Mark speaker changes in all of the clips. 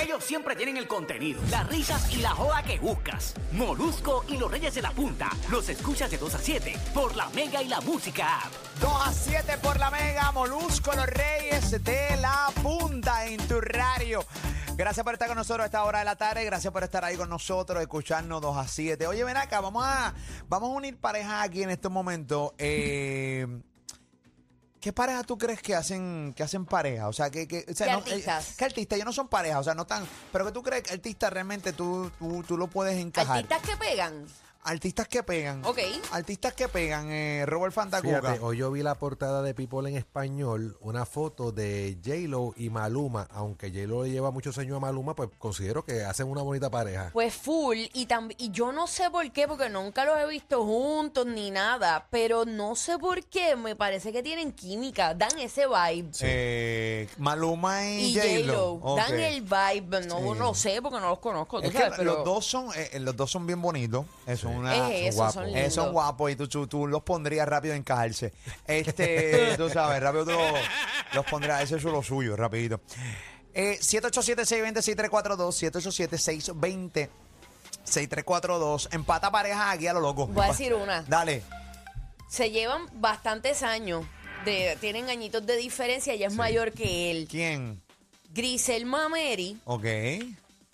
Speaker 1: Ellos siempre tienen el contenido, las risas y la joda que buscas. Molusco y los Reyes de la Punta. Los escuchas de 2 a 7 por la Mega y la Música App.
Speaker 2: 2 a 7 por la Mega, Molusco, los Reyes de la Punta en tu radio. Gracias por estar con nosotros a esta hora de la tarde. Gracias por estar ahí con nosotros, escucharnos 2 a 7. Oye, ven acá, vamos a, vamos a unir parejas aquí en estos momentos. Eh, ¿Qué pareja tú crees que hacen, que hacen pareja? O sea, que, que, o sea,
Speaker 3: ¿Qué
Speaker 2: no,
Speaker 3: artistas?
Speaker 2: eh, ¿qué artistas? Ellos no son pareja, o sea, no están. Pero que tú crees que artistas realmente tú, tú, tú lo puedes encajar.
Speaker 3: Artistas que pegan.
Speaker 2: Artistas que pegan.
Speaker 3: Ok.
Speaker 2: Artistas que pegan. Eh, Robert Fantacuca.
Speaker 4: Fíjate, hoy yo vi la portada de People en español, una foto de J-Lo y Maluma. Aunque J-Lo le lleva muchos años a Maluma, pues considero que hacen una bonita pareja.
Speaker 3: Pues full. Y, tam- y yo no sé por qué, porque nunca los he visto juntos ni nada. Pero no sé por qué. Me parece que tienen química. Dan ese vibe.
Speaker 2: Eh, Maluma y,
Speaker 3: Y J-Lo.
Speaker 2: Ok.
Speaker 3: Dan el vibe. No
Speaker 2: Sí.
Speaker 3: no sé porque no los conozco. tú
Speaker 2: Es que
Speaker 3: sabes, pero
Speaker 2: los dos son eh, eh, los dos son bien bonitos. Es una
Speaker 3: Es eso, son
Speaker 2: guapos.
Speaker 3: lindos.
Speaker 2: Eh, son guapos y tú, tú- tú los pondrías rápido en cárcel. Este, tú sabes, rápido tú los, los pondrías. Eso es lo suyo, rapidito. Eh, 787-620-6342, 787-620-6342. Empata pareja aquí a lo loco.
Speaker 3: Voy a decir una.
Speaker 2: Dale.
Speaker 3: se llevan bastantes años. De, tienen añitos de diferencia. Ella es mayor que él.
Speaker 2: ¿Quién?
Speaker 3: Grisel Mameri
Speaker 2: Ok.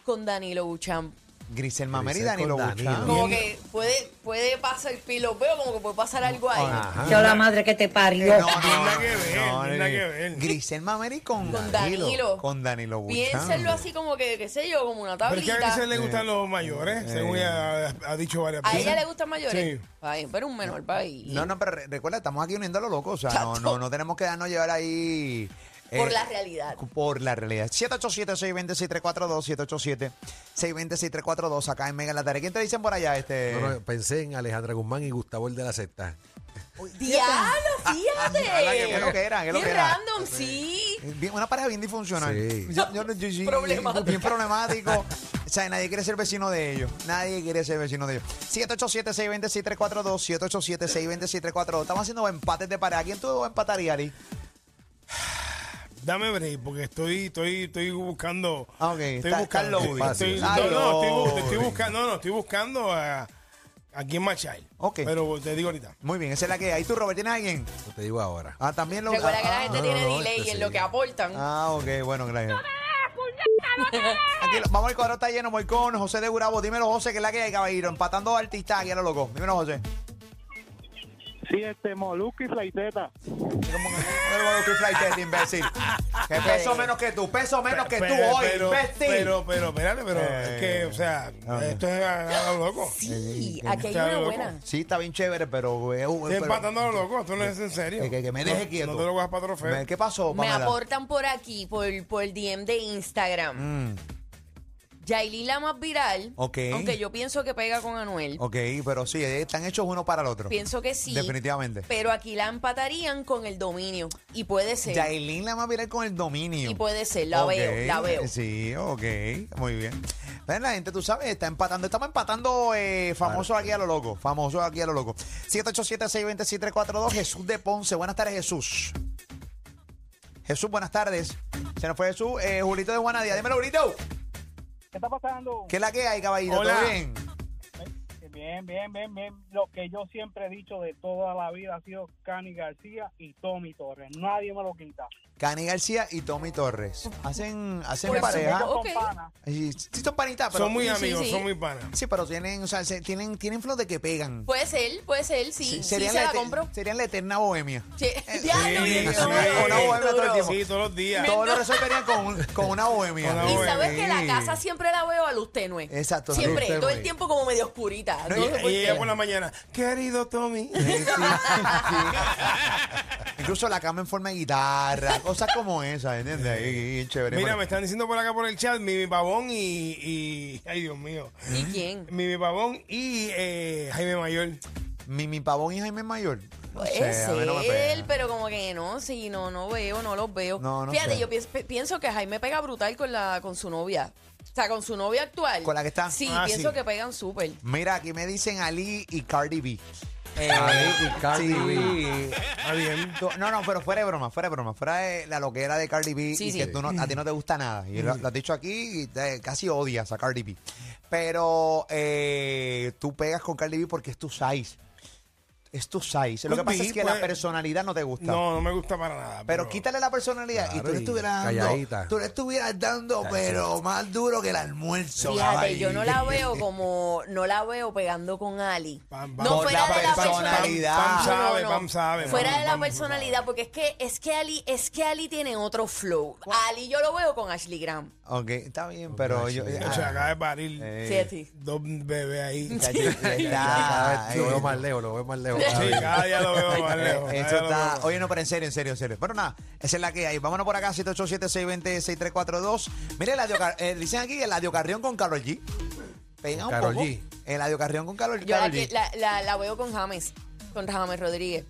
Speaker 3: con Danilo Buchan.
Speaker 2: Grisel Mameri y
Speaker 4: Grisel
Speaker 2: Danilo
Speaker 4: con
Speaker 2: Buchan.
Speaker 4: Danilo.
Speaker 3: Como que puede, puede pasar pilopeo, como que puede pasar algo ahí.
Speaker 5: Ah,
Speaker 2: Ajá.
Speaker 6: Yo la madre que te parió.
Speaker 2: Eh, No, no,
Speaker 5: Nada que ver,
Speaker 2: no,
Speaker 5: nada
Speaker 2: no,
Speaker 5: que ver.
Speaker 2: Grisel Mameri con,
Speaker 3: Con Danilo.
Speaker 2: Con Danilo Buchan.
Speaker 3: Piénsenlo así como que, qué sé yo, como una
Speaker 5: Pero es que a
Speaker 3: tablita.
Speaker 5: veces le gustan los
Speaker 2: Eh.
Speaker 5: mayores, según ella ha, ha dicho varias
Speaker 3: A
Speaker 5: veces.
Speaker 3: ella le gustan mayores.
Speaker 5: Sí.
Speaker 3: Ay, pero un menor para ahí.
Speaker 2: No, no, pero re- recuerda, estamos aquí uniendo a lo loco. O sea, no,
Speaker 3: Chato.
Speaker 2: no, no tenemos que darnos llevar ahí. eh,
Speaker 3: Por la realidad.
Speaker 2: Por la realidad. 787-620-6342, 787-620-6342, acá en Mega en la Tarea. ¿Quién te dicen por allá? este?
Speaker 4: No, no, pensé en Alejandra Guzmán y Gustavo el de la Sexta.
Speaker 3: Diablo, fíjate.
Speaker 2: ala, qué bueno que era, qué
Speaker 3: Qué
Speaker 2: lo que era.
Speaker 3: random, sí.
Speaker 2: Bien- una pareja bien disfuncional.
Speaker 4: Sí.
Speaker 2: Yo- yo- yo- yo-
Speaker 3: Problemático.
Speaker 2: Bien problemático. o sea, nadie quiere ser vecino de ellos. Nadie quiere ser vecino de ellos. 787-620-6342, 787-620-6342. Estamos haciendo empates de pareja. ¿Quién tú empatarías, Ari?
Speaker 5: Dame break, porque estoy, estoy, estoy buscando.
Speaker 2: Ah, ok,
Speaker 5: Estoy
Speaker 2: está-
Speaker 5: buscando.
Speaker 2: está loading.
Speaker 5: estoy-
Speaker 2: Ay,
Speaker 5: no, no, estoy, bu-
Speaker 2: Lord.
Speaker 5: estoy buscando, no, no, estoy buscando a, a quién machar.
Speaker 2: Ok.
Speaker 5: Pero te digo ahorita.
Speaker 2: Muy bien, esa es la que hay. ¿Tú, Robert, tienes a alguien?
Speaker 4: Yo te digo ahora.
Speaker 2: Ah, también lo
Speaker 3: Recuerda que la
Speaker 2: ah,
Speaker 3: gente
Speaker 4: no,
Speaker 3: tiene
Speaker 4: no,
Speaker 3: delay
Speaker 4: este
Speaker 3: en
Speaker 4: sí.
Speaker 3: lo que aportan.
Speaker 2: Ah, ok, bueno, gracias. Aquí lo- vamos, el cuadro está lleno. Voy con José de Gurabo. Dímelo, José, que es la que hay, caballero. Empatando artistas aquí a lo loco. Dímelo, José.
Speaker 7: Sí, este Molusco y Flaiteta.
Speaker 2: Dímelo, Maluco y Flaitete, este imbécil. Que peso menos que tú, peso menos que tú
Speaker 5: Pero-
Speaker 2: hoy,
Speaker 5: pero,
Speaker 2: imbécil.
Speaker 5: pero, pero, espérate, pero
Speaker 2: Eh.
Speaker 5: es que, o sea, esto es a, a lo loco.
Speaker 3: sí, aquí hay
Speaker 5: Está
Speaker 3: una
Speaker 5: loco.
Speaker 3: buena.
Speaker 2: Sí, está bien chévere, pero... eh, uh,
Speaker 5: Estoy
Speaker 2: pero- Eh,
Speaker 5: empatando a lo loco, esto no es en serio.
Speaker 2: que, que- que me
Speaker 5: No-
Speaker 2: deje quieto.
Speaker 5: No te lo cojas para trofeo.
Speaker 2: Me- ¿Qué pasó,
Speaker 3: Me
Speaker 2: Pamela?
Speaker 3: aportan por aquí, por, por el DM de Instagram.
Speaker 2: Mm,
Speaker 3: Yailin la más viral.
Speaker 2: Ok.
Speaker 3: Aunque yo pienso que pega con Anuel.
Speaker 2: ok, pero sí, eh, están hechos uno para el otro.
Speaker 3: Pienso que sí.
Speaker 2: Definitivamente.
Speaker 3: Pero aquí la empatarían con el dominio. Y puede ser.
Speaker 2: Yailin la más viral con el dominio.
Speaker 3: Y puede ser, la
Speaker 2: Ok, eh,
Speaker 3: veo, la veo.
Speaker 2: Sí, ok, muy bien. Ven, la gente, tú sabes, está empatando. Estamos empatando eh, famosos aquí a lo loco. Famosos aquí a lo loco. 787-620-6342, Jesús de Ponce. Buenas tardes, Jesús. Jesús, buenas tardes. Se nos fue Jesús. Eh, Julito de Juanadía. Dímelo, Julito.
Speaker 7: ¿Qué está pasando?
Speaker 2: ¿Qué es la que hay, caballito?
Speaker 5: Hola.
Speaker 2: ¿Todo bien?
Speaker 7: Bien, bien, bien, bien. Lo que yo siempre he dicho de toda la vida ha sido Cani García y Tommy Torres. Nadie me lo quita.
Speaker 2: Cani García y Tommy Torres. Hacen, hacen
Speaker 3: Por
Speaker 2: pareja.
Speaker 3: supuesto.
Speaker 7: Ellos
Speaker 3: Ok.
Speaker 7: son panas.
Speaker 2: Sí, sí son panitas, pero...
Speaker 5: Son muy
Speaker 3: Sí, sí,
Speaker 5: amigos,
Speaker 3: sí.
Speaker 5: son muy panas.
Speaker 2: Sí, pero tienen, o sea, se- tienen, tienen flow de que pegan.
Speaker 3: Puede ser, puede ser, Pues sí. Sí,
Speaker 2: serían
Speaker 3: se la
Speaker 2: ete-
Speaker 3: compro.
Speaker 2: Serían la eterna bohemia.
Speaker 3: Sí. Ya, lo
Speaker 5: sí,
Speaker 3: bien
Speaker 5: sí.
Speaker 3: duro,
Speaker 5: Con una
Speaker 3: bien
Speaker 2: bohemia todo el
Speaker 3: duro.
Speaker 2: tiempo.
Speaker 5: Sí, todos los días.
Speaker 2: Todo lo resolverían con, un- con una bohemia.
Speaker 5: Con una
Speaker 3: Y
Speaker 5: bohemia.
Speaker 3: sabes que la casa siempre la veo a luz tenue.
Speaker 2: Exacto,
Speaker 3: Siempre,
Speaker 4: luz tenue.
Speaker 3: todo el tiempo como medio oscurita.
Speaker 2: No,
Speaker 3: No
Speaker 5: Y-
Speaker 3: sé por
Speaker 5: Y
Speaker 3: qué.
Speaker 5: ella por la mañana, querido Tommy.
Speaker 2: Sí, sí, sí. Incluso la cama en forma de guitarra, cosas como esas, ¿entiendes? Ahí, chévere.
Speaker 5: Mira,
Speaker 2: Bueno,
Speaker 5: me están diciendo por acá por el chat, Mimi Pavón y, y- Ay, Dios mío.
Speaker 3: ¿Y quién?
Speaker 5: Mimi Pavón y eh, Jaime Mayor.
Speaker 2: Mimi Pavón y Jaime Mayor. No sé,
Speaker 3: Pues es
Speaker 2: a mí no me pega.
Speaker 3: él, pero como que no, sí, no, no veo, no los veo.
Speaker 2: No, no
Speaker 3: Fíjate,
Speaker 2: sé.
Speaker 3: yo pienso, pienso que Jaime pega brutal con la con su novia. O sea, con su novia actual.
Speaker 2: ¿Con la que está?
Speaker 3: Sí,
Speaker 5: Ah,
Speaker 3: pienso
Speaker 5: sí.
Speaker 3: que pegan súper.
Speaker 2: Mira, aquí me dicen Ali y Cardi B. Eh,
Speaker 4: Ali y Cardi
Speaker 2: sí.
Speaker 4: B.
Speaker 5: Está bien.
Speaker 2: Tú- No, no, pero fuera de broma, fuera de broma, fuera de la loquera de Cardi B
Speaker 3: Sí,
Speaker 2: y
Speaker 3: sí. Mm.
Speaker 2: que tú no- a ti no te gusta nada. Y lo, lo has dicho aquí y te- casi odias a Cardi B. Pero eh, tú pegas con Cardi B porque es tu size. Es tu size. Lo que
Speaker 5: Could
Speaker 2: pasa
Speaker 5: be,
Speaker 2: es que la
Speaker 5: pues.
Speaker 2: personalidad no te gusta.
Speaker 5: No, no me gusta para nada.
Speaker 2: Pero quítale la personalidad y
Speaker 4: Claro,
Speaker 2: tú le
Speaker 4: y
Speaker 2: estuvieras dando.
Speaker 4: calladita.
Speaker 2: Tú le estuvieras dando, pero más duro que el almuerzo.
Speaker 3: Fíjate,
Speaker 2: caballo.
Speaker 3: yo no la veo como, no la veo pegando con Ali.
Speaker 5: Pam, pam,
Speaker 3: no
Speaker 2: Por
Speaker 3: fuera
Speaker 2: la
Speaker 3: de la
Speaker 2: personalidad.
Speaker 3: personalidad.
Speaker 5: Pam sabe,
Speaker 3: No, no, no.
Speaker 5: Pam sabe.
Speaker 3: Ah. Fuera
Speaker 5: Pam,
Speaker 3: de la
Speaker 5: Pam-
Speaker 3: personalidad, porque es que, es que Ali, es que Ali tiene otro flow. Ali yo lo veo con Ashley Graham.
Speaker 2: Ok, está bien, pero yo. ah,
Speaker 5: O sea, acaba de parir
Speaker 3: Sí, así.
Speaker 5: dos bebés ahí.
Speaker 2: Ya, ya, ya,
Speaker 4: Cada
Speaker 2: ya, eh.
Speaker 4: vez Lo veo
Speaker 2: ya.
Speaker 4: más lejos, lo veo más lejos. cada
Speaker 5: Sí,
Speaker 4: vez.
Speaker 5: cada día lo veo más
Speaker 2: Esto
Speaker 5: lejos. cada día lo
Speaker 2: eh, está-
Speaker 5: veo más.
Speaker 2: Oye, no, pero en serio, en serio, en serio. Pero nada, esa es la que hay. Vámonos por acá, 787-620-6342. Mire, Eladio Car- eh, dicen aquí el Carrión con Carol G. Pega un
Speaker 4: Karol
Speaker 2: poco.
Speaker 4: G.
Speaker 2: Eladio Carrión con Carol,
Speaker 3: Yo la,
Speaker 2: Karol
Speaker 3: que-
Speaker 2: G.
Speaker 3: la- la- la veo con James, con James Rodríguez.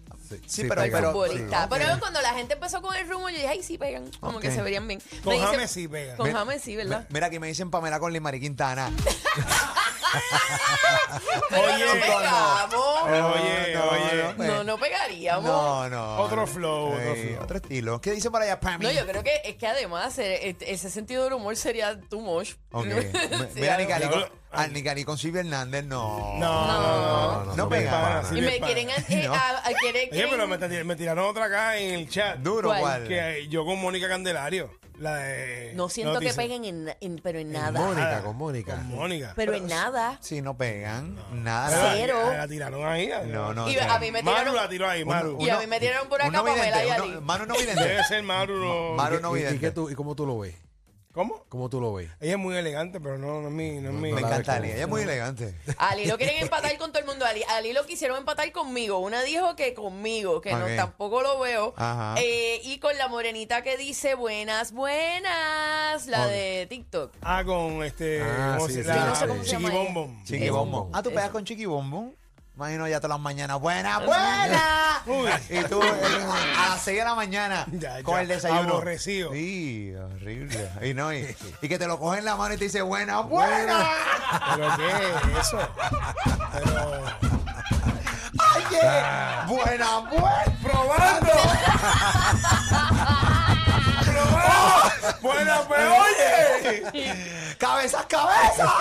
Speaker 2: Sí, pero-
Speaker 4: pega.
Speaker 2: pero-
Speaker 3: futbolista.
Speaker 2: sí,
Speaker 3: Pero
Speaker 2: ok.
Speaker 3: cuando la gente empezó con el rumor, yo dije, ay, sí pegan. Como
Speaker 2: Ok.
Speaker 3: que se verían bien.
Speaker 5: Con
Speaker 3: Me dice-
Speaker 5: James sí pegan.
Speaker 3: Con
Speaker 2: Mira-
Speaker 3: James sí, ¿verdad?
Speaker 2: Mira, aquí me dicen Pamela con Limari Quintana.
Speaker 3: Pero
Speaker 5: Oye,
Speaker 3: no pegamos.
Speaker 5: Oye,
Speaker 2: No, no,
Speaker 5: oye.
Speaker 2: Eh, pues.
Speaker 3: No, no pegaríamos.
Speaker 2: No, no.
Speaker 5: Otro flow, otro
Speaker 2: Ey,
Speaker 5: flow.
Speaker 2: Otro estilo. ¿Qué dicen por allá, Pammy?
Speaker 3: No, yo creo que es que además eh, este- ese sentido del humor sería too much.
Speaker 2: Ok. Me-
Speaker 3: Sí,
Speaker 2: Mira,
Speaker 3: algo.
Speaker 2: Nicali con,
Speaker 5: Diablo.
Speaker 2: a Nicali con Silvia Hernández, no.
Speaker 5: No, no,
Speaker 4: no, no,
Speaker 2: No
Speaker 4: no
Speaker 2: pega.
Speaker 4: pega.
Speaker 2: pana.
Speaker 5: sí
Speaker 3: y
Speaker 5: me
Speaker 3: me
Speaker 5: pa-
Speaker 3: quieren, eh,
Speaker 2: No.
Speaker 3: a- a- quieren-
Speaker 5: Oye, pero me,
Speaker 3: quieren-
Speaker 5: tir- me tiraron otra acá en el chat.
Speaker 2: Duro,
Speaker 3: ¿Cuál?
Speaker 2: ¿cuál?
Speaker 5: Que yo con Mónica Candelario. La de.
Speaker 2: Eh,
Speaker 3: no siento que
Speaker 5: Noticias.
Speaker 3: peguen en, na- en- pero en nada.
Speaker 4: Mónica, con Mónica.
Speaker 5: Con Mónica.
Speaker 3: Pero en nada.
Speaker 2: Si no pegan,
Speaker 5: Pero
Speaker 2: nada.
Speaker 3: Cero.
Speaker 5: La, la tiraron ahí. la-
Speaker 2: No, no.
Speaker 3: Y
Speaker 2: o sea,
Speaker 3: a mí me
Speaker 5: Maru
Speaker 3: tiraron.
Speaker 5: la tiró ahí, Maru.
Speaker 3: Y a mí me tiraron por acá
Speaker 2: uno
Speaker 3: Pamela
Speaker 2: vidente,
Speaker 3: y
Speaker 2: uno-
Speaker 3: Ali.
Speaker 2: Manu no vidente.
Speaker 5: Debe ser Maru. no-
Speaker 2: Maru
Speaker 4: ¿Y-
Speaker 2: no
Speaker 4: y, y,
Speaker 2: vidente.
Speaker 4: qué tú- ¿Y cómo tú lo ves?
Speaker 5: ¿Cómo?
Speaker 4: ¿Cómo tú lo ves?
Speaker 5: Ella es muy elegante, pero no, no es mi. No es mi-
Speaker 4: no
Speaker 2: Me
Speaker 4: la
Speaker 2: encanta
Speaker 4: ves
Speaker 2: Ali,
Speaker 4: como-
Speaker 2: ella es muy elegante.
Speaker 3: Ali lo quieren empatar con todo el mundo. Ali, Ali lo quisieron empatar conmigo. Una dijo que conmigo, que
Speaker 2: Ok.
Speaker 3: no tampoco lo veo.
Speaker 2: Ajá.
Speaker 3: Eh, y con la morenita que dice buenas, buenas, la de TikTok.
Speaker 5: Ah, con este.
Speaker 4: Ah,
Speaker 5: ¿cómo
Speaker 4: sí,
Speaker 5: se-
Speaker 4: sí,
Speaker 5: la-
Speaker 4: sí, no sé cómo
Speaker 3: se llama
Speaker 5: Chiquibombom.
Speaker 2: Chiqui
Speaker 4: Eso.
Speaker 2: Bombón. Ah, tú pegas con Chiqui Bombón. Imagino ya todas las mañanas. Buena, buena.
Speaker 5: Uy.
Speaker 2: y tú eh, a las 6 de la mañana
Speaker 5: Ya,
Speaker 2: con
Speaker 5: ya,
Speaker 2: el desayuno.
Speaker 5: aborrecido.
Speaker 2: Sí, horrible. Y, no, y, y que te lo cogen la mano y te dice, buena, buena.
Speaker 5: ¿Pero qué es eso? Pero.
Speaker 2: Ay, qué buena, buena.
Speaker 5: ¡Probando! ¡Probando! Bueno, pues oye.
Speaker 2: ¡Cabezas, cabeza!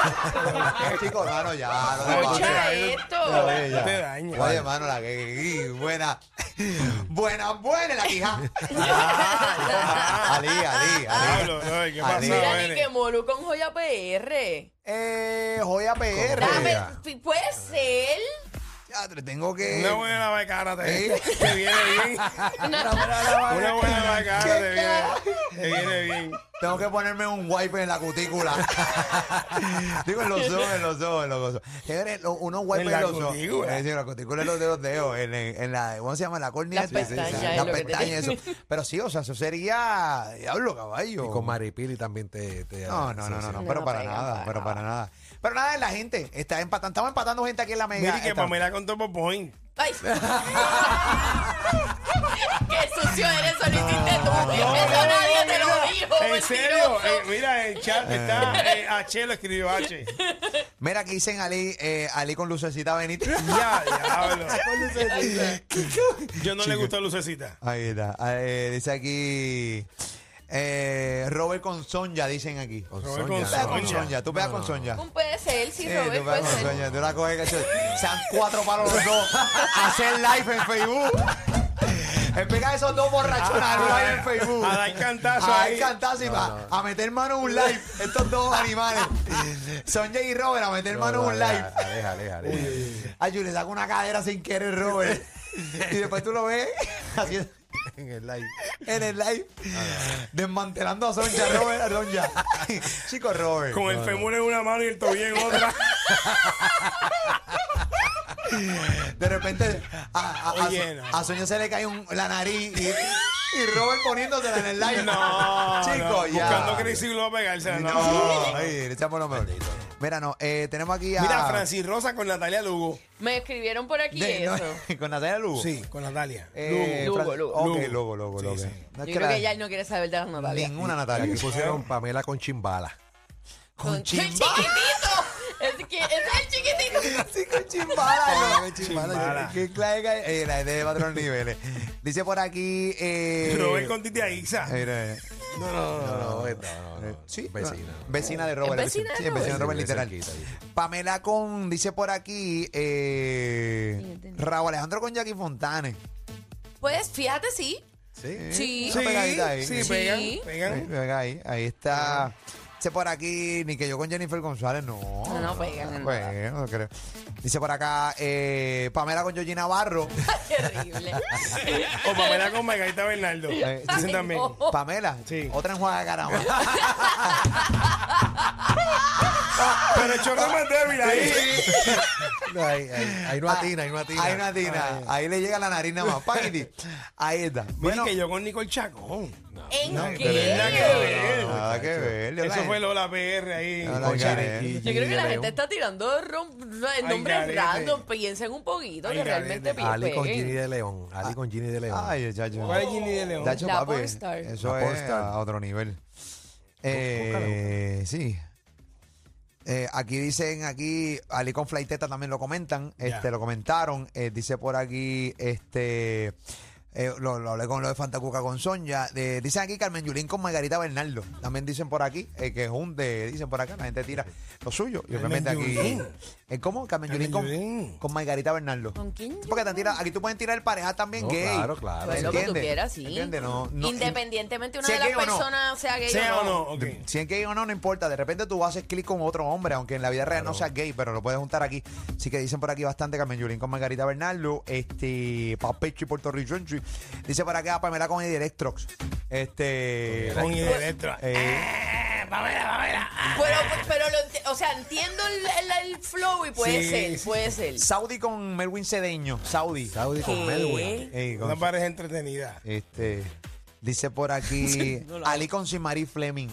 Speaker 2: Chicos, mano, ya. No te
Speaker 5: Oye,
Speaker 2: pases.
Speaker 3: Escucha
Speaker 5: ahí no-
Speaker 3: esto.
Speaker 2: Oye, ya.
Speaker 5: No te daño.
Speaker 2: Oye, mano, la que- que. que- Buena. Buena, buena la quija. Ah, Ali, Ali, Ali.
Speaker 5: Diablo, oye,
Speaker 2: Ali.
Speaker 5: ¿qué pasó?
Speaker 3: Mira, ni
Speaker 5: nene?
Speaker 3: que Molu con Joya PR.
Speaker 2: Eh, joya PR.
Speaker 3: Dame,
Speaker 4: Joya.
Speaker 3: pi- puede ser.
Speaker 2: Teatro, tengo que.
Speaker 5: Una buena bacana te,
Speaker 2: ¿Eh?
Speaker 5: te viene bien. Una buena bacana te
Speaker 2: ¿Qué
Speaker 5: viene, te viene bien.
Speaker 2: Tengo que ponerme un wipe en la cutícula. Digo, en los ojos, en los ojos, en los ojos. Señores, lo- unos wipes en,
Speaker 5: En la
Speaker 2: los ojos.
Speaker 5: cutícula.
Speaker 2: Eh, sí, en la cutícula en los dedos, dedos. En, en- en la, ¿Cómo se llama? En la córnea.
Speaker 3: Las
Speaker 2: Sí, sí, sí.
Speaker 3: pestañas, es
Speaker 2: Las
Speaker 3: lo que te
Speaker 2: pestañas,
Speaker 3: digo.
Speaker 2: eso. Pero sí, o sea, eso sería. Diablo, caballo.
Speaker 4: Y con Maripili también te... te
Speaker 2: Oh. No, no, no, no, no,
Speaker 4: asocia.
Speaker 2: pero
Speaker 3: No
Speaker 2: para
Speaker 3: pegan
Speaker 2: nada,
Speaker 3: para
Speaker 2: pero para nada. Pero nada, la gente está empatando, estamos empatando gente aquí en la mega.
Speaker 5: Mira que
Speaker 2: Está-
Speaker 5: Pamela con Topo Point.
Speaker 3: Ay. Qué sucio eres, eso lo hiciste tú. eso nadie te lo dijo.
Speaker 5: En serio,
Speaker 3: mentiroso.
Speaker 5: eh, mira, el chat está. eh, H lo escribió H.
Speaker 2: Mira que dicen Ali, eh, Ali con lucecita Benítez.
Speaker 5: Ya, diablo. Yo no le gustó Lucecita.
Speaker 2: Ahí está. Eh, dice aquí eh, Robert con Sonja, dicen aquí.
Speaker 4: Con
Speaker 5: Pero voy
Speaker 2: Tú
Speaker 4: Sonia,
Speaker 5: con
Speaker 2: pegas con
Speaker 4: no, no.
Speaker 5: Sonia.
Speaker 2: Sonja, tú pegas con Sonja.
Speaker 3: Un puede ser, sí,
Speaker 2: Sí,
Speaker 3: Robert,
Speaker 2: tú pegas
Speaker 3: puede
Speaker 2: con
Speaker 3: ser.
Speaker 2: Sonja, tú la coges cacho. Sean cuatro palos los dos. Hacer live en Facebook. Explica esos dos borrachones
Speaker 5: A- a-
Speaker 2: live en Facebook.
Speaker 5: Ah, a dar cantazo
Speaker 2: A dar
Speaker 5: ahí.
Speaker 2: cantazo y pa- a meter mano en un live. Estos dos animales. Sonja y Robert a meter mano en un live.
Speaker 4: Aleja, aleja, aleja.
Speaker 2: Ay, yo le saco una cadera sin querer, Robert. y después tú lo ves haciendo-
Speaker 4: En el live.
Speaker 2: en el live
Speaker 5: Ah,
Speaker 2: desmantelando a Sonja, Robert, a Sonja. Chico, Robert.
Speaker 5: Con el fémur en una mano y el tobillo en otra.
Speaker 2: De repente a, a, a-
Speaker 5: Oye, no.
Speaker 2: a Sonja se le cae un- la nariz y, y Robert poniéndosela en el live.
Speaker 5: No,
Speaker 2: Chico,
Speaker 5: no,
Speaker 2: ya.
Speaker 5: Buscando Crazy Globo a pegársela. No.
Speaker 2: No, ay, le echamos lo mejor. Mira, no, eh, tenemos aquí a.
Speaker 5: Mira, Francis Rosa con Natalia Lugo.
Speaker 3: Me escribieron por aquí
Speaker 2: de- no,
Speaker 3: eso.
Speaker 2: con Natalia Lugo.
Speaker 5: Sí, con Natalia.
Speaker 2: Eh,
Speaker 3: Lugo,
Speaker 2: Fran-
Speaker 3: Lugo.
Speaker 2: Ok, Lugo,
Speaker 5: Lugo.
Speaker 2: Lugo,
Speaker 5: Sí,
Speaker 2: Lugo.
Speaker 5: sí.
Speaker 2: No es que
Speaker 3: Yo creo
Speaker 2: la-
Speaker 3: que ya él no quiere saber de las noticias.
Speaker 2: Ninguna Natalia.
Speaker 4: Aquí pusieron Pamela con chimbala.
Speaker 2: Con
Speaker 3: ¡Qué
Speaker 2: chimbala.
Speaker 3: chiquitito! Es que ese es el chiquitito.
Speaker 2: Sí, con chimbala. no.
Speaker 5: Chimbala.
Speaker 2: Que clave que- eh, la idea de va a otros niveles. Dice por aquí. Eh,
Speaker 5: Robert con Titi Aixa.
Speaker 2: Mira, mira.
Speaker 4: No, no, no, no, no, no, no.
Speaker 2: Ah. Sí,
Speaker 4: vecina.
Speaker 2: no, Vecina de Robert.
Speaker 3: ¿Es vecina de
Speaker 2: sí, es vecina de
Speaker 4: Robert?
Speaker 2: Robert, literal.
Speaker 4: Cerquita ahí.
Speaker 2: Pamela con, dice por aquí, eh, Raúl Alejandro con Jackie Fontane.
Speaker 3: Pues fíjate, sí.
Speaker 4: Sí.
Speaker 3: Sí.
Speaker 2: Está pegadita ahí.
Speaker 5: sí,
Speaker 3: Sí.
Speaker 5: pegan,
Speaker 2: Ahí,
Speaker 5: pegan.
Speaker 2: venga, ahí, ahí está. Dice por aquí, ni que yo con Jennifer González, no.
Speaker 3: No, pues no pegan en
Speaker 2: Bueno, no pues. creo. Dice por acá, eh, Pamela con Georgina Navarro.
Speaker 3: Terrible.
Speaker 5: O Pamela con Margarita Bernardo.
Speaker 2: Eh,
Speaker 5: Dicen
Speaker 3: Ay,
Speaker 5: también.
Speaker 3: no.
Speaker 2: Pamela,
Speaker 5: Sí.
Speaker 2: otra enjuaga de caramba.
Speaker 5: Pero el chorro es más débil ahí.
Speaker 4: No, ahí, ahí,
Speaker 3: Ah,
Speaker 4: ahí no atina, ahí no atina.
Speaker 2: Ah, Ahí no atina. Ahí le llega la nariz nada más. Paquiti. Ahí está.
Speaker 5: Bueno,
Speaker 2: Bueno,
Speaker 5: que yo con Nicole Chacón.
Speaker 3: ¿En
Speaker 2: pero es
Speaker 5: Nada
Speaker 2: la
Speaker 5: que
Speaker 3: qué?
Speaker 5: ver.
Speaker 2: nada que ver. Yo
Speaker 5: Eso
Speaker 2: la-
Speaker 5: fue Lola PR ahí.
Speaker 2: Yo la-
Speaker 4: Con Jared
Speaker 2: Yo
Speaker 4: y-
Speaker 3: Yo creo que la
Speaker 4: León.
Speaker 3: gente está tirando rom- nombres
Speaker 5: garete.
Speaker 3: random. Piensen un poquito
Speaker 5: Ay,
Speaker 3: que
Speaker 5: garete.
Speaker 3: realmente
Speaker 4: Ali con Ginny
Speaker 3: peguen.
Speaker 4: de León. Ali con Ginny de León.
Speaker 2: Ay, chacho.
Speaker 5: ¿Cuál es Ginny de León?
Speaker 2: Chacho,
Speaker 3: La
Speaker 2: papi,
Speaker 3: pornstar.
Speaker 2: Eso
Speaker 4: La
Speaker 2: es
Speaker 4: pornstar.
Speaker 2: a otro nivel. Eh, sí. Eh, aquí dicen, aquí, Ali con Flaiteta también lo comentan, este, lo comentaron, eh, dice por aquí, este, eh, lo, lo hablé con lo de Fantacuca con Sonia, de- dicen aquí Carmen Yulín con Margarita Bernardo, también dicen por aquí, eh, que junte, dicen por acá, la gente tira lo suyo, y
Speaker 5: Carmen
Speaker 2: obviamente aquí,
Speaker 5: Yulín.
Speaker 2: eh, ¿cómo? Carmen,
Speaker 5: Carmen
Speaker 2: Yulín con,
Speaker 5: Yulín.
Speaker 2: con Margarita Bernardo.
Speaker 3: ¿Con quién?
Speaker 2: Porque te han tirado- aquí tú pueden tirar pareja también
Speaker 4: No,
Speaker 2: gay.
Speaker 4: claro, claro.
Speaker 3: Pues lo que tú
Speaker 2: ¿Entiendes?
Speaker 3: quieras, sí.
Speaker 2: ¿Entiendes? No, no,
Speaker 3: Independientemente una
Speaker 2: si
Speaker 3: de
Speaker 2: es
Speaker 3: las
Speaker 2: gay o no.
Speaker 3: personas sea gay
Speaker 5: Sea o no, ok.
Speaker 2: Si es gay o no, no importa. De repente tú haces clic con otro hombre, aunque en la vida real no seas gay, pero lo puedes juntar aquí. Así que dicen por aquí bastante Carmen Yulín con Margarita Bernardo, este, Papecho y Puerto Rico. Dice por acá Pamela con Eddie Electrox. Este.
Speaker 5: Con Ginny de Electra.
Speaker 2: eh,
Speaker 3: Pero, pues, pero lo enti- o sea, entiendo el, el- el flow y puede
Speaker 5: Sí,
Speaker 3: ser,
Speaker 5: sí.
Speaker 3: puede ser.
Speaker 2: Saudi con Melwin Cedeño. Saudi.
Speaker 4: Saudi con
Speaker 3: ¿Qué?
Speaker 4: Melwin.
Speaker 2: Eh, con-
Speaker 5: Una pareja entretenida.
Speaker 2: este. Dice por aquí Ali con Simari Fleming.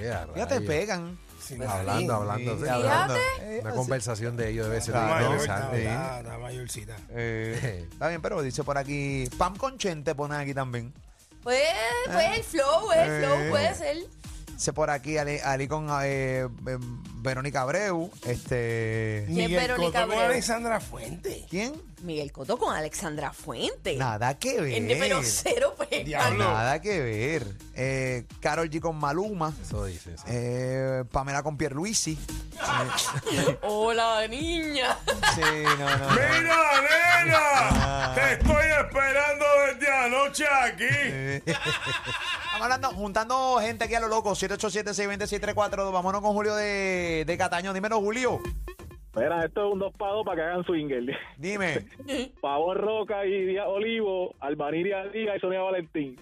Speaker 4: Yeah,
Speaker 2: Ya te
Speaker 4: rayos.
Speaker 2: pegan.
Speaker 5: Sí,
Speaker 4: Hablando, hablando.
Speaker 2: Sí,
Speaker 4: sí,
Speaker 2: hablando.
Speaker 4: hablando. Una conversación de ellos debe ser
Speaker 3: Ah,
Speaker 5: Está mayor,
Speaker 4: interesante.
Speaker 2: sí.
Speaker 5: está- está mayorcita.
Speaker 2: Eh, está bien, pero dice por aquí. Pam con Chente pone aquí también.
Speaker 3: Pues, pues el flow, el
Speaker 2: Eh.
Speaker 3: flow puede ser.
Speaker 2: Dice por aquí Ali, Ali con eh, eh, Verónica Abreu. Este.
Speaker 3: ¿Quién es
Speaker 5: Miguel
Speaker 3: Verónica
Speaker 5: Cotto con
Speaker 3: Abreu?
Speaker 5: Alexandra Fuente.
Speaker 2: ¿Quién?
Speaker 3: Miguel Cotto con Alexandra Fuente.
Speaker 2: Nada que
Speaker 3: En-
Speaker 2: ver.
Speaker 3: Pero cero pues. pega.
Speaker 5: Diablo.
Speaker 2: Nada que ver. Eh, Carol G con Maluma.
Speaker 4: Eso dice. sí.
Speaker 2: Eh, Pamela con Pierluisi.
Speaker 3: Hola, niña.
Speaker 2: Sí, no, no. no.
Speaker 5: nena! ¡Te estoy esperando desde anoche aquí!
Speaker 2: Estamos hablando, juntando gente aquí a lo loco. 787-620-634. Vámonos con Julio de, de Cataño. Dímelo, Julio.
Speaker 6: Mira, esto es un dos pados para que hagan swinger.
Speaker 2: Dime.
Speaker 6: Pavón Roca y Díaz Olivo, Albaní Díaz Díaz y Sonia Valentín.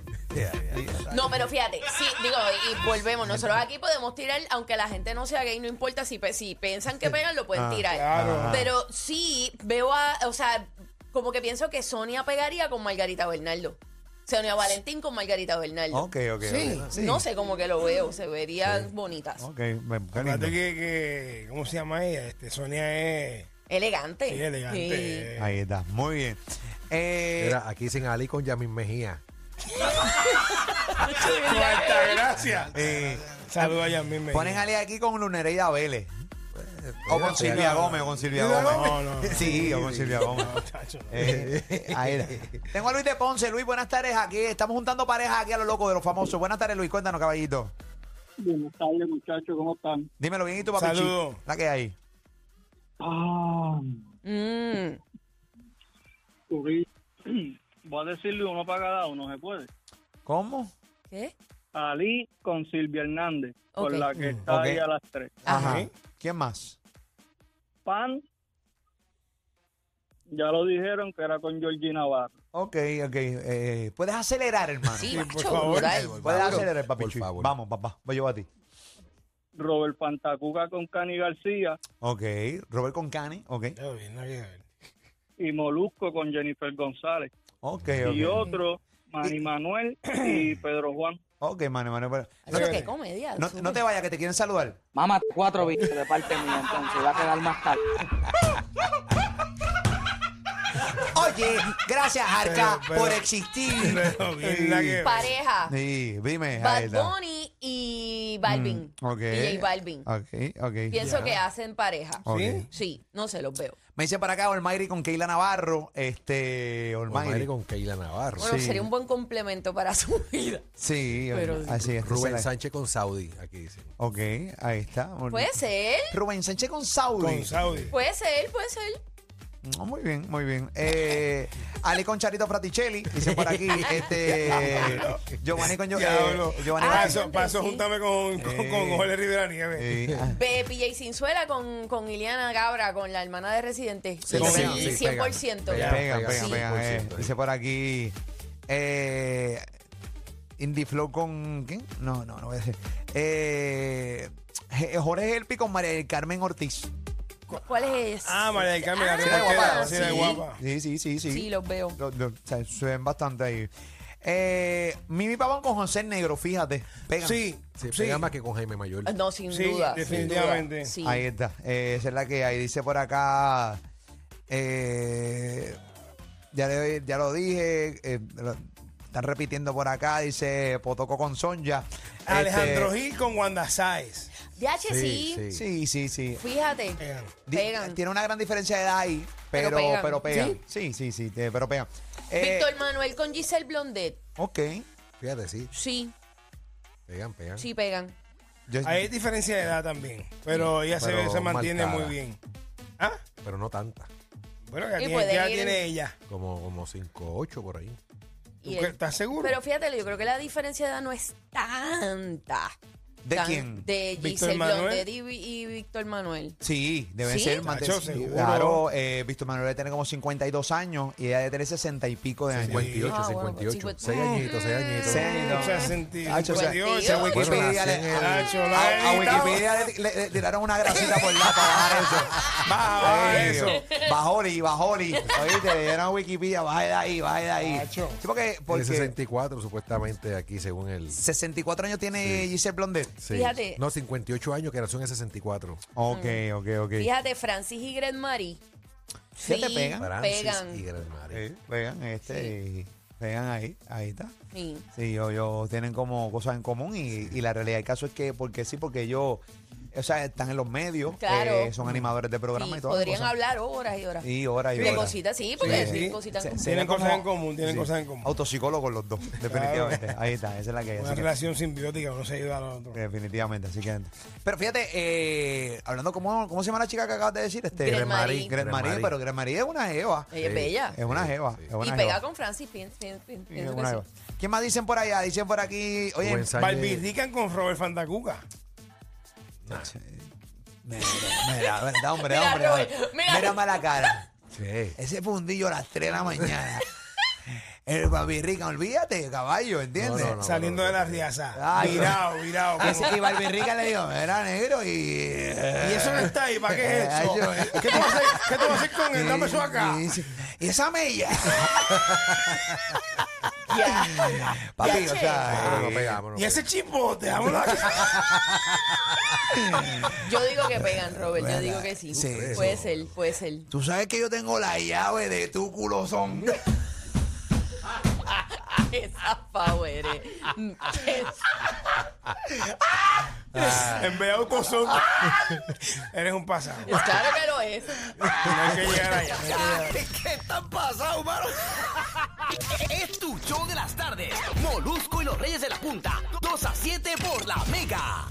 Speaker 3: No, pero fíjate, sí, digo, y volvemos. Nosotros aquí podemos tirar, aunque la gente no sea gay, no importa si, pe- si piensan que pegan, lo pueden tirar. Ah.
Speaker 5: claro.
Speaker 3: Pero sí veo a, o sea, como que pienso que Sonia pegaría con Margarita Bernardo. Sonia Valentín con Margarita Bernardo.
Speaker 2: Ok, ok.
Speaker 3: Sí,
Speaker 2: ok.
Speaker 3: no sé cómo que lo veo, se verían bonitas.
Speaker 2: Ok, me- qué lindo.
Speaker 5: Fíjate que, que- ¿Cómo se llama ella? Este, Sonia es.
Speaker 3: Elegante.
Speaker 5: Sí, elegante.
Speaker 2: Ahí está, muy bien. Eh,
Speaker 4: Mira, aquí dicen Ali con Yamin Mejía.
Speaker 5: Con alta gracia.
Speaker 2: eh,
Speaker 5: Saludos a Yasmín Mejía.
Speaker 2: ponen a Ali aquí con Lunereida Vélez. O con Silvia Gómez, o con Silvia
Speaker 5: No,
Speaker 2: Gómez.
Speaker 5: no, no.
Speaker 2: Sí, o con Silvia Gómez.
Speaker 5: Chacho, no.
Speaker 2: Eh, ahí está. Tengo a Luis de Ponce. Luis, buenas tardes. Aquí estamos juntando parejas aquí a lo loco de los famosos. Buenas tardes, Luis. Cuéntanos, caballito.
Speaker 6: Buenas tardes, muchachos, ¿cómo están?
Speaker 2: Dímelo bien y tu papichi.
Speaker 5: Saludos.
Speaker 2: La que hay.
Speaker 6: Ah,
Speaker 3: Mm.
Speaker 6: Uri. Voy a decirle uno para cada uno, ¿se puede?
Speaker 2: ¿Cómo?
Speaker 3: ¿Qué?
Speaker 6: Ali con Silvia Hernández,
Speaker 3: Ok.
Speaker 6: con la que está
Speaker 2: ok.
Speaker 6: ahí a las tres.
Speaker 3: Ajá.
Speaker 2: Ajá. ¿Quién más?
Speaker 6: Pan, ya lo dijeron que era con Georgina Navarro.
Speaker 2: Ok, ok. eh, Puedes acelerar, hermano.
Speaker 3: Sí,
Speaker 5: por
Speaker 3: macho,
Speaker 5: favor.
Speaker 3: brutal.
Speaker 2: Puedes acelerar,
Speaker 4: Por
Speaker 2: papichi.
Speaker 4: favor.
Speaker 2: Vamos, papá. Voy yo a ti.
Speaker 6: Robert Pantacuca con Cani García
Speaker 2: Ok. Robert con Cani. Ok.
Speaker 5: Está bien, nada que ver.
Speaker 6: y Molusco con Jennifer González.
Speaker 2: Ok,
Speaker 6: Y
Speaker 2: ok.
Speaker 6: otro, Manny Manuel y Pedro Juan.
Speaker 2: Ok, mano, mano. pero-
Speaker 3: Eso
Speaker 2: No,
Speaker 3: qué comedia.
Speaker 2: no-
Speaker 3: súper.
Speaker 2: no te vayas, que te quieren saludar.
Speaker 8: Mamá, cuatro bichos de parte mía, entonces va a quedar más tarde.
Speaker 2: Oye, gracias, Arca,
Speaker 5: Pero, pero-
Speaker 2: por existir.
Speaker 5: Pero, bien, la que-
Speaker 3: Pareja.
Speaker 2: Sí, dime,
Speaker 3: Bad
Speaker 2: Aida. Mm,
Speaker 3: Bunny y Balvin.
Speaker 2: Ok.
Speaker 3: Y J Balvin.
Speaker 2: Ok, ok.
Speaker 3: Pienso que hacen pareja.
Speaker 2: Ok.
Speaker 5: ¿Sí?
Speaker 3: Sí, no se los veo.
Speaker 2: Me dice para acá Olmairi con Keila Navarro. Este, Olmairi.
Speaker 4: Almighty con Keila Navarro.
Speaker 3: Bueno,
Speaker 2: Sí.
Speaker 3: sería un buen complemento para su vida.
Speaker 2: Sí,
Speaker 3: Pero-
Speaker 2: así es.
Speaker 4: Rubén
Speaker 2: Sánchez.
Speaker 4: Sánchez con Saudi, aquí dicen.
Speaker 2: Ok, ahí está. Muy
Speaker 3: Puede
Speaker 2: bien.
Speaker 3: ser,
Speaker 2: Rubén Sánchez con Saudi.
Speaker 5: Con Saudi.
Speaker 3: puede ser, puede ser.
Speaker 2: No, muy bien, muy bien. Eh, Ale con Charito Fraticelli, dice por aquí. este, Giovanni con Gio-
Speaker 5: Diablo.
Speaker 2: eh, Giovanni.
Speaker 3: Ah,
Speaker 5: paso, paso,
Speaker 3: sí.
Speaker 5: júntame con, con, con Jorge Rivera Nieves.
Speaker 2: Eh, ah,
Speaker 3: Ve, PJ Sinzuela con, con Iliana Gabra, con la hermana de Residente.
Speaker 4: Sí,
Speaker 3: Y
Speaker 4: sí,
Speaker 3: sí,
Speaker 4: sí, pega,
Speaker 3: 100%.
Speaker 4: pega.
Speaker 2: Pega, pega, pega.
Speaker 3: sí.
Speaker 2: eh.
Speaker 4: 100%,
Speaker 2: Dice por aquí. Eh, Indie Flow con. ¿Quién? No, no, no voy a decir. Eh, Je- Jorge Helpi con María del Carmen Ortiz.
Speaker 3: ¿Cuál es?
Speaker 5: Ah, María del Carmen, la
Speaker 3: Ah,
Speaker 5: reportera,
Speaker 3: sí.
Speaker 5: sí, la guapa.
Speaker 2: Sí, sí, sí, sí.
Speaker 3: Sí, los veo.
Speaker 2: Lo- lo- o sea, se ven bastante ahí. Eh, Mimi Pavón con José Negro, fíjate. Pegan.
Speaker 5: Sí,
Speaker 4: Se
Speaker 5: sí.
Speaker 4: pega más que con Jaime Mayor.
Speaker 3: Ah, No, sin
Speaker 5: Sí,
Speaker 3: duda.
Speaker 5: definitivamente.
Speaker 3: sin duda.
Speaker 2: Ahí
Speaker 3: Sí.
Speaker 2: está. Eh, esa es la que hay. Dice por acá. eh, ya, le- ya lo dije. eh, lo- están repitiendo por acá. Dice Potoco con Sonja.
Speaker 5: Alejandro Gil con Wanda Sáez.
Speaker 3: DH sí,
Speaker 4: sí.
Speaker 2: Este, sí, sí, sí.
Speaker 3: fíjate.
Speaker 5: Pegan.
Speaker 2: Di-
Speaker 3: Pegan.
Speaker 2: Tiene una gran diferencia de edad ahí. Pero,
Speaker 3: Pero
Speaker 2: pero,
Speaker 3: pegan.
Speaker 2: pegan. Sí, sí, sí. te- pero pegan. Eh,
Speaker 3: Víctor Manuel con Giselle Blondet.
Speaker 2: Ok.
Speaker 4: Fíjate, sí,
Speaker 3: Sí,
Speaker 4: pegan, pegan.
Speaker 3: sí pegan.
Speaker 2: Yo-
Speaker 5: Ahí hay diferencia de edad también, pero ella se
Speaker 4: Pero
Speaker 5: ve- se, mantiene
Speaker 4: marcada.
Speaker 5: muy bien. ¿Ah?
Speaker 4: Pero no tanta.
Speaker 5: Bueno, ya,
Speaker 3: Y
Speaker 5: tiene,
Speaker 3: pueden
Speaker 5: ya
Speaker 3: ir-
Speaker 5: tiene ella.
Speaker 4: Como, como 5, 8 por ahí.
Speaker 5: ¿Tú
Speaker 3: Y
Speaker 5: qué-
Speaker 3: él-
Speaker 5: ¿Estás seguro?
Speaker 3: Pero fíjate, yo creo que la diferencia de edad no es tanta.
Speaker 2: ¿De
Speaker 3: Tan-
Speaker 2: quién?
Speaker 3: De
Speaker 5: ¿Víctor
Speaker 3: Giselle
Speaker 5: Manuel?
Speaker 3: Blondet y, Vi- y Víctor Manuel.
Speaker 2: Sí, deben
Speaker 3: ¿Sí?
Speaker 2: ser más de-
Speaker 5: Nacho, seguro.
Speaker 2: Claro, eh, Víctor Manuel debe tener como 52 años y ella debe tener 60 y pico de años.
Speaker 4: 58,
Speaker 3: Ah, bueno,
Speaker 4: 58.
Speaker 3: cincuenta-
Speaker 4: 6 añitos, 6 añitos.
Speaker 2: Sí, no. Nacho, o sea,
Speaker 5: 58.
Speaker 2: ese Wikipedia
Speaker 4: Bueno, nací
Speaker 2: le-
Speaker 4: en el-
Speaker 2: a-
Speaker 5: Nacho, lo
Speaker 2: a-
Speaker 5: ha
Speaker 2: a
Speaker 5: editado.
Speaker 2: Wikipedia le- le le tiraron una grasita por la para bajar eso.
Speaker 5: Baja, baja
Speaker 2: Ey,
Speaker 5: eso.
Speaker 2: Bajoli, bajoli. Oíste, le dieron a Wikipedia, baje de ahí, baje de ahí.
Speaker 5: Nacho.
Speaker 2: Sí, porque,
Speaker 4: Tiene
Speaker 2: porque
Speaker 4: 64 supuestamente aquí según el...
Speaker 2: 64 años tiene Giselle Blondet.
Speaker 4: Sí.
Speaker 3: Fíjate.
Speaker 4: No, 58 años, que nació en el 64.
Speaker 2: Ok, ok, ok.
Speaker 3: Mm. Fíjate, Francis y Gret Mari.
Speaker 2: ¿Qué te pegan?
Speaker 4: Francis
Speaker 3: Ah, pegan.
Speaker 4: y Gran Mari.
Speaker 2: Sí, Vean este, y vean ahí, ahí está.
Speaker 3: Sí.
Speaker 2: Sí, ellos, ellos tienen como cosas en común y, y la realidad del caso es que, porque sí, porque ellos, o sea, están en los medios,
Speaker 3: Claro.
Speaker 2: eh, son animadores de
Speaker 3: Sí,
Speaker 2: programas y todo.
Speaker 3: podrían hablar horas y horas.
Speaker 2: Y hora y
Speaker 3: de
Speaker 2: hora.
Speaker 3: cositas, sí, porque
Speaker 5: Sí, sí.
Speaker 3: cositas.
Speaker 2: Se-
Speaker 3: como-
Speaker 2: se
Speaker 5: Tienen
Speaker 2: ve como
Speaker 5: cosas en común, tienen cosas en común.
Speaker 2: Autopsicólogos los dos, definitivamente. Ahí está, esa es la que hay.
Speaker 5: Una
Speaker 2: así que-
Speaker 5: relación simbiótica, uno se ayuda al otro.
Speaker 2: Definitivamente, así que. Pero fíjate, eh, hablando, ¿cómo, ¿cómo se llama la chica que acabas de decir? Este,
Speaker 3: Gretmarie. Gretmarie.
Speaker 2: Gretmarie,
Speaker 4: Gretmarie.
Speaker 2: pero Gretmarie es una jeva.
Speaker 3: Ella es bella.
Speaker 2: Es una jeva. es una
Speaker 3: y
Speaker 2: jeva.
Speaker 3: pega con Francis, pienso, pienso- pienso
Speaker 2: Sí, es
Speaker 3: que
Speaker 2: una
Speaker 3: sí.
Speaker 2: jeva. ¿Quién más dicen por allá? Dicen por aquí. Oye,
Speaker 4: Rubén Sánchez.
Speaker 5: Balbirrican con Robert Fandacuca.
Speaker 2: Mira, mira, mira, hombre,
Speaker 3: Mira,
Speaker 2: hombre.
Speaker 3: Robert,
Speaker 2: hombre.
Speaker 3: mira.
Speaker 2: Mírame a la cara.
Speaker 4: Sí.
Speaker 2: Ese fundillo a las 3 de la mañana. El papi Rican, olvídate, caballo, ¿entiendes?
Speaker 4: No, no, no.
Speaker 5: Saliendo de la riaza.
Speaker 2: Ay, Ah,
Speaker 5: Virado, virado.
Speaker 2: Ese- y Barbie Rican le digo, era negro y.
Speaker 5: Y eso no está ahí, ¿para qué es
Speaker 2: Eh, Ay,
Speaker 5: eso?
Speaker 2: yo-
Speaker 5: ¿Qué tú vas a hacer, qué tú vas a hacer con él? Dame eso acá.
Speaker 2: Y, dice, "¿Y esa mella. Papi, o sea.
Speaker 5: Ah,
Speaker 2: eh,
Speaker 4: Vámonos, vámonos,
Speaker 5: Y ese chipote, vámonos.
Speaker 3: Yo digo que pegan, Robert, yo digo que sí.
Speaker 2: Sí,
Speaker 3: puede ser, puede ser.
Speaker 2: Tú sabes que yo tengo la llave de tu culozón.
Speaker 3: Esa power. eh.
Speaker 2: Ah.
Speaker 5: en vez de autosón, eres un pasado. No
Speaker 3: claro que lo es.
Speaker 5: hay que llegar allá. no hay que llegar allá.
Speaker 1: ¿Qué están pasando, mano? Es tu show de las tardes. Molusco y los Reyes de la Punta. 2 a 7 por la Mega.